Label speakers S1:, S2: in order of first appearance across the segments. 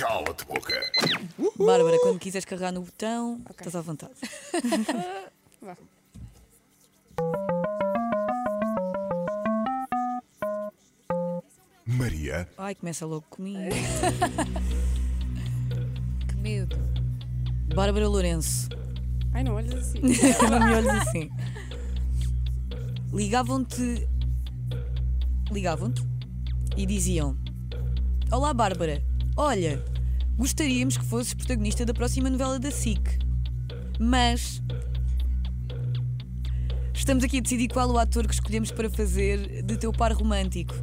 S1: Cala-te, boca.
S2: Bárbara,
S3: Uh!
S2: quando quiseres carregar no botão, estás à vontade.
S4: Vá.
S1: Maria,
S2: Ai, começa logo comigo.
S3: Que medo.
S2: Bárbara Lourenço.
S4: Ai, não olhas assim.
S2: Não me olhes assim. Ligavam-te. Ligavam-te e diziam: Olá, Bárbara. Olha, gostaríamos que fosses protagonista da próxima novela da SIC. Mas. Estamos aqui a decidir qual o ator que escolhemos para fazer de teu par romântico.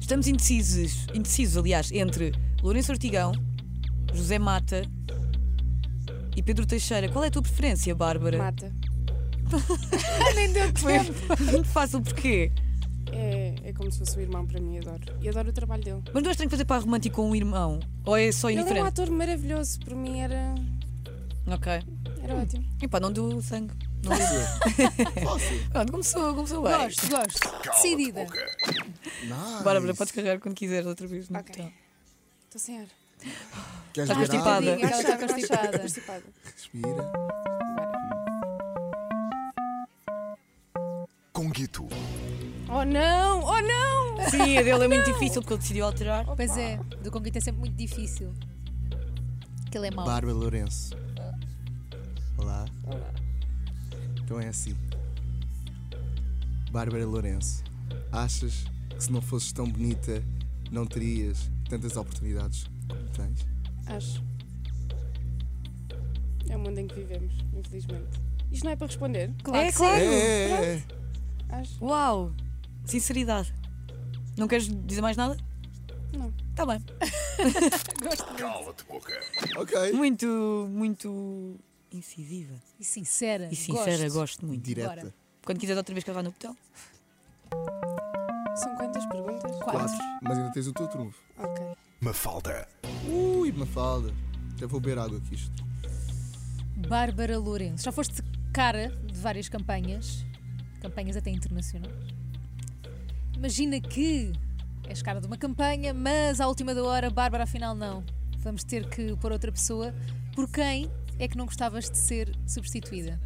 S2: Estamos indecisos, indecisos, aliás, entre Lourenço Ortigão, José Mata e Pedro Teixeira. Qual é a tua preferência, Bárbara?
S4: Mata.
S3: Nem deu
S2: Foi
S3: tempo.
S2: muito fácil, porquê?
S4: É, é como se fosse o irmão para mim, adoro. E adoro o trabalho dele.
S3: É
S2: Mas não és tem que fazer para romântico com um irmão? Ou é só
S4: Ele era um
S2: indiferente?
S4: ator maravilhoso, para mim era,
S2: Ok.
S4: era ótimo.
S2: E pá, não deu sangue. Não deu. Pronto, começou, começou bem.
S3: Gosto, gosto.
S1: cala-te,
S3: Decidida.
S1: boca.
S2: Bárbara, podes carregar quando quiseres outra vez. no
S4: Ok.
S2: botão.
S4: Estou sem ar.
S5: Queres
S2: Estás
S5: ver
S2: constipada.
S5: água?
S3: Tadinha, Ela está constipada.
S4: constipada.
S5: Respira.
S1: Conguito.
S4: Oh não! Oh não!
S2: Sim, a dele é muito difícil porque ele decidiu alterar.
S3: Pois é, do Conguito é sempre muito difícil. Que ele é mau.
S5: Bárbara Lourenço. Olá. Então é assim. Bárbara Lourenço, achas que se não fosses tão bonita, não terias tantas oportunidades como tens?
S4: Acho. É o mundo em que vivemos, infelizmente. Isto não é para responder?
S2: É, claro.
S5: É, é, é.
S4: Acho.
S2: Uau! Sinceridade. Não queres dizer mais nada?
S4: Não.
S2: Tá bem.
S1: Cala-te, boca.
S5: Ok.
S2: Muito, muito incisiva.
S3: E sincera.
S2: E sincera, gosto, muito.
S5: Direta.
S2: Quando quiseres outra vez carregar no botão.
S4: São quantas perguntas?
S3: Quatro.
S5: Mas ainda tens o teu trunfo.
S4: Ok.
S1: Mafalda.
S5: Ui, Mafalda. Até vou beber água aqui isto.
S3: Bárbara Lourenço. Já foste cara de várias campanhas, campanhas até internacionais. Imagina que és cara de uma campanha, mas à última da hora, Bárbara, afinal não. Vamos ter que pôr outra pessoa. Por quem é que não gostavas de ser substituída?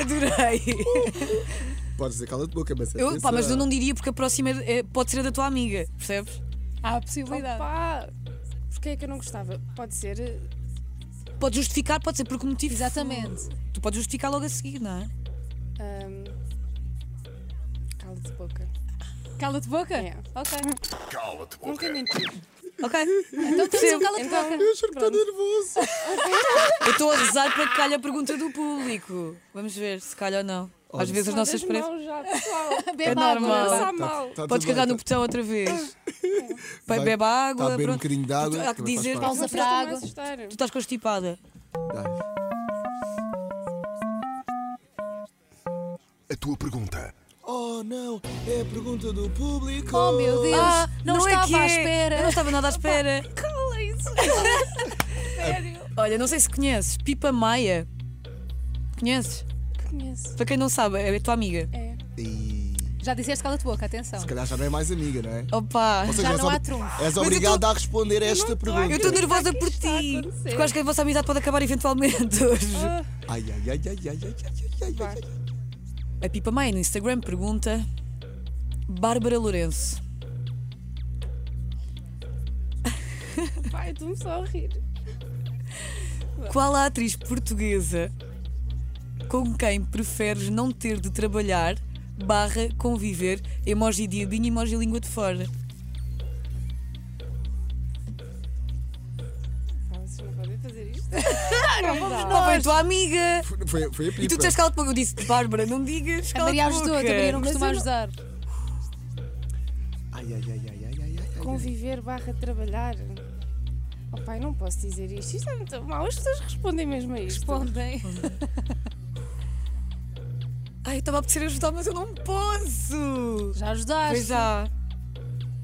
S2: Adorei!
S5: Podes dizer cala-te boca, mas
S2: Eu, pá, mas eu
S5: atenção.
S2: não diria porque a próxima é- é- pode ser a da tua amiga, percebes?
S3: Há a possibilidade.
S4: Opa! Porquê é que eu não gostava? Pode ser. eh,
S2: Pode justificar, pode ser por que motivo.
S3: Exatamente.
S2: Tu podes justificar logo a seguir, não é?
S4: ahm, Cala de boca.
S3: Cala-te boca?
S4: É.
S3: Ok.
S1: Cala-te,
S4: Nunca
S1: boca.
S4: menti.
S2: Ok.
S3: Então temos um cala-te
S4: Então-
S3: boca.
S5: Eu juro que estou nervoso.
S2: Eu estou a rezar para que calhe a pergunta do público. Vamos ver se calha ou não. Às
S5: Olha,
S2: vezes as
S4: Olha,
S2: nossas
S4: as
S2: parecem.
S4: mãos já, pessoal.
S3: Bebe
S2: É
S3: água.
S2: normal.
S4: Está
S2: Tá,
S4: mal.
S5: Tá
S2: Podes
S5: tudo bem,
S2: carregar no
S5: tá-
S2: botão outra vez. Vai,
S5: Vai-
S2: bebe água.
S5: Está a beber um
S2: pronto.
S5: bocadinho de água.
S2: Há que
S5: também faz
S2: dizer-
S5: parte.
S3: Pausa
S4: Não
S3: para
S4: estás a me
S3: água.
S4: assustar.
S2: Tu estás constipada.
S5: Dá-lhe.
S1: A tua pergunta.
S5: Oh não, é a pergunta do público.
S3: Oh meu Deus,
S2: Ah,
S3: não,
S2: é
S3: estava
S2: que
S3: à
S2: é. Eu não
S3: espera.
S2: estava nada à espera.
S3: Cala isso.
S2: Olha, não sei se conheces. Pipa Maia. Conheces?
S4: Conheço.
S2: Para quem não sabe, é a tua amiga.
S4: É.
S5: E
S3: Já disseste cala-te boca, atenção.
S5: se calhar já não é mais amiga, não é?
S2: Opa.
S5: Ou seja,
S3: Já
S5: és
S3: não
S5: ob-
S3: há trunfo.
S5: És
S2: eu
S5: obrigada a responder a esta pergunta.
S2: Eu estou nervosa por
S4: está a
S2: ti.
S4: acontecer?
S2: Porque eu acho que a vossa amizade pode acabar eventualmente hoje.
S5: Ai, ai, ai, ai, ai, ai, ai, ai, ai, ai, ai.
S2: A Pipa Mãe no Instagram pergunta: Bárbara Lourenço,
S4: Pai, estou-me só a rir.
S2: qual a atriz portuguesa com quem preferes não ter de trabalhar? Barra conviver, emoji diabinho, emoji língua de fora.
S4: Pá, Vocês não podem fazer isto. não dá.
S2: Não, foi a tua amiga!
S5: Foi- Foi, foi a pipa.
S2: E tu disseste cala-te boca. Eu disse: Bárbara, não digas.
S3: A Maria
S2: cala-te
S3: ajudou, a
S2: boca."
S3: Maria não
S2: Mas
S3: costuma
S2: eu
S3: ajudar.
S5: Ai, ai, ai, ai, ai, ai, ai.
S4: Conviver barra trabalhar. Oh pai, não posso dizer isto. Isto é muito mal. As pessoas respondem mesmo a isto.
S3: Respondem.
S2: Ai, eu estava a precisar ajudar, mas eu não posso!
S3: Já ajudaste.
S2: Pois já.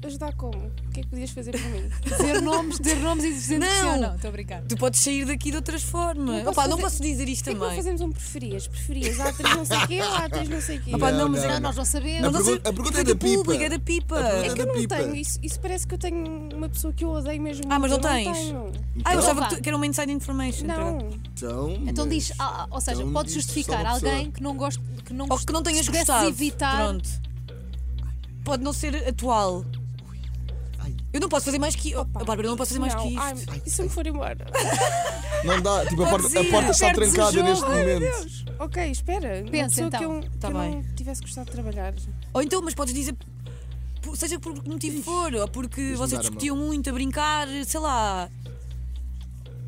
S4: Ajudar como? O que é que podias fazer por mim?
S3: Dizer nomes, dizer nomes e dizer que sim ou
S2: Não.
S3: não. Estou a brincar.
S2: Tu podes sair daqui de outras formas.
S4: Não posso
S2: Opa, não
S4: fazer-
S2: posso dizer isto
S4: Por que é que não
S2: também.
S4: fazemos um preferias? Preferias a atriz não sei o quê ou a atriz não sei o quê?
S2: Opa, não, mas
S5: Não,
S2: é-
S3: Não, nós não sabemos.
S5: A
S2: não
S5: pergunta-
S2: sei-
S5: a pergunta
S2: foi
S5: é da
S2: do
S5: pipa.
S2: público, é da pipa.
S5: A pergunta-
S4: É que eu
S5: da
S4: não
S5: pipa.
S4: tenho, isso, isso parece que eu tenho uma pessoa que eu odeio mesmo.
S2: Ah, mas não
S4: muito, eu
S2: tens? Ah,
S4: Não, tenho.
S2: eu
S3: Então
S2: achava
S3: vá.
S2: que, tu- que era uma inside information.
S4: não.
S2: perdão.
S5: Então,
S3: Então
S5: mas-
S3: diz, ah, ah, ou seja,
S5: então
S3: podes
S5: diz só
S3: justificar
S5: uma pessoa.
S3: alguém que não goste, que não,
S2: Ou
S3: gost-
S2: que não tenhas
S3: se pudesse
S2: gostado.
S3: evitar.
S2: Pronto. Pode não ser atual.
S5: Ai.
S2: Eu não posso fazer mais que. Oh, Bárbara, eu não posso fazer mais
S4: não.
S2: que isto.
S4: Ai, e se eu me for embora?
S5: Não dá, tipo, a
S2: Podes
S5: porta, a
S2: ir,
S5: porta está
S2: perdes o
S5: trancada
S2: jogo.
S5: neste
S2: Ai,
S5: momento.
S4: ok, espera. uma
S3: Pensa,
S4: pessoa
S3: então.
S4: que eu,
S2: Tá
S4: que eu
S2: bem.
S4: não tivesse gostado de trabalhar.
S2: Ou então, mas podes dizer. po- Seja por que motivo for, ou porque
S5: Deixa-me dar
S2: vocês
S5: a mão.
S2: discutiam muito a brincar, sei lá.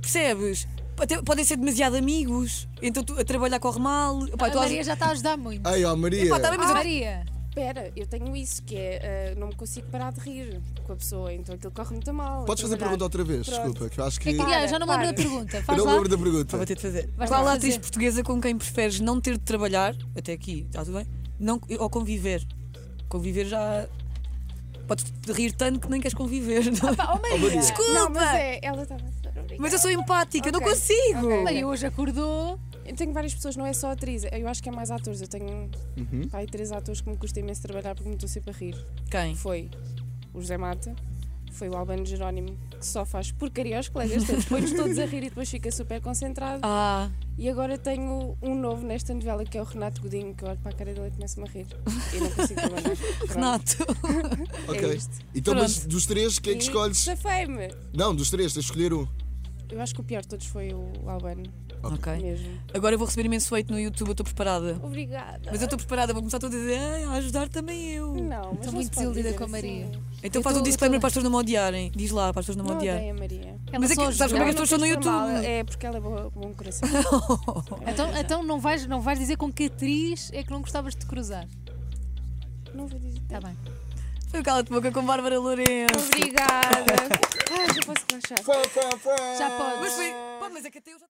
S2: Percebes? Até podem ser demasiado amigos, então tu, a trabalhar corre mal. Pá,
S3: a
S2: tu às-
S3: Maria já está a ajudar muito.
S5: Ai, ó, Maria.
S2: Epá, tá bem, mas
S3: Ah,
S2: eu-
S3: Maria,
S4: Espera, eu tenho isso, que é ah, não me consigo parar de rir com a pessoa, então aquilo corre muito mal.
S5: Podes fazer a pergunta
S4: trabalhar.
S5: outra vez,
S4: Pronto.
S5: desculpa, que eu acho que.
S3: é que,
S5: Eu
S3: ah, já não me lembro
S4: para.
S3: da pergunta. Faz
S5: não
S3: lá.
S5: lembro da pergunta.
S2: Pá, vou ter de fazer.
S3: Vais
S2: Qual
S3: lá
S2: a atriz
S3: fazer.
S2: portuguesa com quem preferes não ter de trabalhar, até aqui, está tudo bem? Não, ou conviver? Conviver já. Podes te rir tanto que nem queres conviver. não é?
S3: Pá, oh, Maria.
S2: Desculpa!
S4: Não, mas é, ela estava a
S2: Mas eu sou empática, eu não
S4: Ok,
S2: consigo!
S4: ok.
S3: Maria hoje acordou.
S4: Eu tenho várias pessoas, não é só atriz, eu acho que é mais atores. Eu tenho
S5: Uhum.
S4: pá, aí três atores que me custa imenso trabalhar porque me estou sempre a rir.
S2: Quem?
S4: Foi o José Mata, foi o Albano Jerónimo, que só faz porcaria aos colegas, todos, põe-nos todos a rir e depois fica super concentrado.
S2: Ah,
S4: E agora tenho um novo nesta novela que é o Renato Godinho, que eu olho para a cara dele e começo-me a rir. E não consigo trabalhar. Pronto,
S2: Renato.
S5: Ok.
S4: É isto.
S5: Então, mas dos três, quem é que
S4: E
S5: escolhes?
S4: safei-me.
S5: Não, dos três, tens de escolher um.
S4: Eu acho que o pior de todos foi o Albano,
S2: Ok.
S4: mesmo.
S2: Agora eu vou receber imenso hate no YouTube, eu estou preparada.
S4: Obrigada.
S2: Mas eu estou preparada, vou começar toda a dizer, "Ai, a ajudar também eu.
S4: Não, mas
S3: Estou
S4: não
S3: muito
S4: se pode
S3: desiludida
S4: dizer
S3: com a
S4: assim.
S3: Maria.
S2: Então faz
S3: Eu tô-
S2: um
S3: eu tô-
S2: disclaimer para as pessoas não me odiarem. Diz lá, para as pessoas não me
S4: Não
S2: odiarem.
S4: odeio a Maria.
S3: Ela
S2: Mas é
S3: só
S2: que- sabes como é
S3: ajudou.
S2: que
S4: Ela
S2: as
S4: não
S2: pessoas estão no
S4: fez por mal,
S2: YouTube?
S4: É porque ela é boa, bom coração.
S3: Então, então não, vais, não vais dizer com que atriz é que não gostavas de te cruzar.
S4: Não vou dizer.
S3: Está bem.
S2: Foi o Cala de Boca com Bárbara Lourenço.
S4: Obrigada. Ai, já Ah, posso relaxar.
S5: Fã, fã, fã.
S3: Já podes.
S2: Mas foi. Pá, mas é que até eu já.